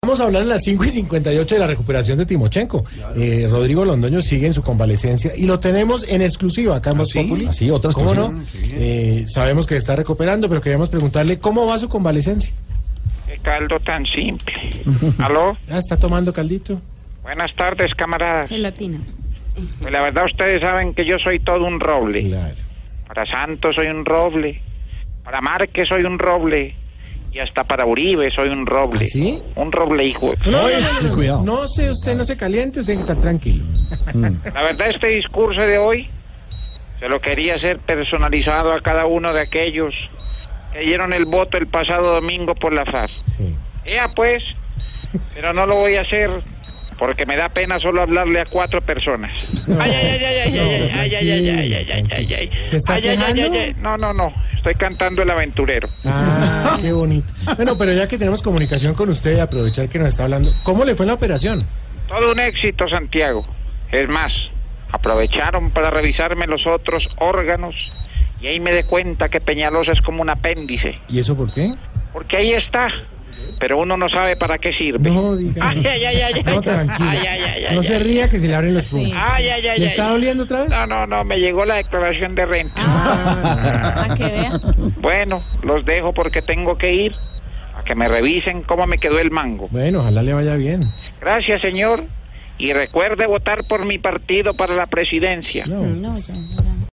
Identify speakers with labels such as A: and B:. A: vamos a hablar en las 5 y 58 de la recuperación de Timochenko. Eh, Rodrigo Londoño sigue en su convalecencia y lo tenemos en exclusiva acá en Voz
B: sí?
A: Populi.
B: ¿Ah, sí? ¿Otras
A: ¿Cómo
B: cosas?
A: no?
B: Mm, qué bien.
A: Eh, sabemos que está recuperando, pero queríamos preguntarle cómo va su convalecencia.
C: Qué caldo tan simple. ¿Aló?
A: Ah, está tomando caldito.
C: Buenas tardes, camaradas.
D: Gelatina.
C: Pues la verdad, ustedes saben que yo soy todo un roble.
A: Claro.
C: Para Santos soy un roble. Para Márquez soy un roble. Y hasta para Uribe soy un roble.
A: ¿Ah, sí?
C: Un roble hijo.
A: No, no,
B: Oye,
A: no,
B: sí,
A: no, no.
B: cuidado.
A: No sé, usted no se caliente, usted tiene que estar tranquilo.
C: La verdad, este discurso de hoy se lo quería hacer personalizado a cada uno de aquellos que dieron el voto el pasado domingo por la FAS.
A: Sí.
C: Ea pues, pero no lo voy a hacer porque me da pena solo hablarle a cuatro personas. Ay, ay, ay, ay, ay,
A: No,
C: ay, ay, ay, ay, ay, ay, ay, ay, ay.
A: ¿Se está
C: Ay, ay, ay,
A: quejando?
C: ay, ay. No, no, no, estoy cantando el aventurero.
A: Ah, qué bonito. Bueno, pero ya que tenemos comunicación con usted, aprovechar que nos está hablando, ¿cómo le fue en la operación?
C: Todo un éxito, Santiago. Es más, aprovecharon para revisarme los otros órganos y ahí me di cuenta que Peñalosa es como un apéndice,
A: ¿Y eso por qué?
C: porque ahí está, pero uno no sabe para qué sirve.
A: No, diga.
C: Ay, ay, ay, ay,
A: No,
C: ay.
A: tranquilo.
C: Ay, ay, ay, ay,
A: No se
C: ay.
A: ría que se le abren los pulmones.
C: Ay, ay, ay, Ah.
A: ¿Le
C: ay.
A: está doliendo Ah. otra vez?
C: No, no, no, me llegó la declaración de renta.
D: Ah, a que vea.
C: Bueno, los dejo porque tengo que ir a que me revisen cómo me quedó el mango.
A: Bueno, ojalá le vaya bien.
C: Gracias, señor. Y recuerde votar por mi partido para la presidencia.
A: No,
D: No,
A: pues,
D: ya.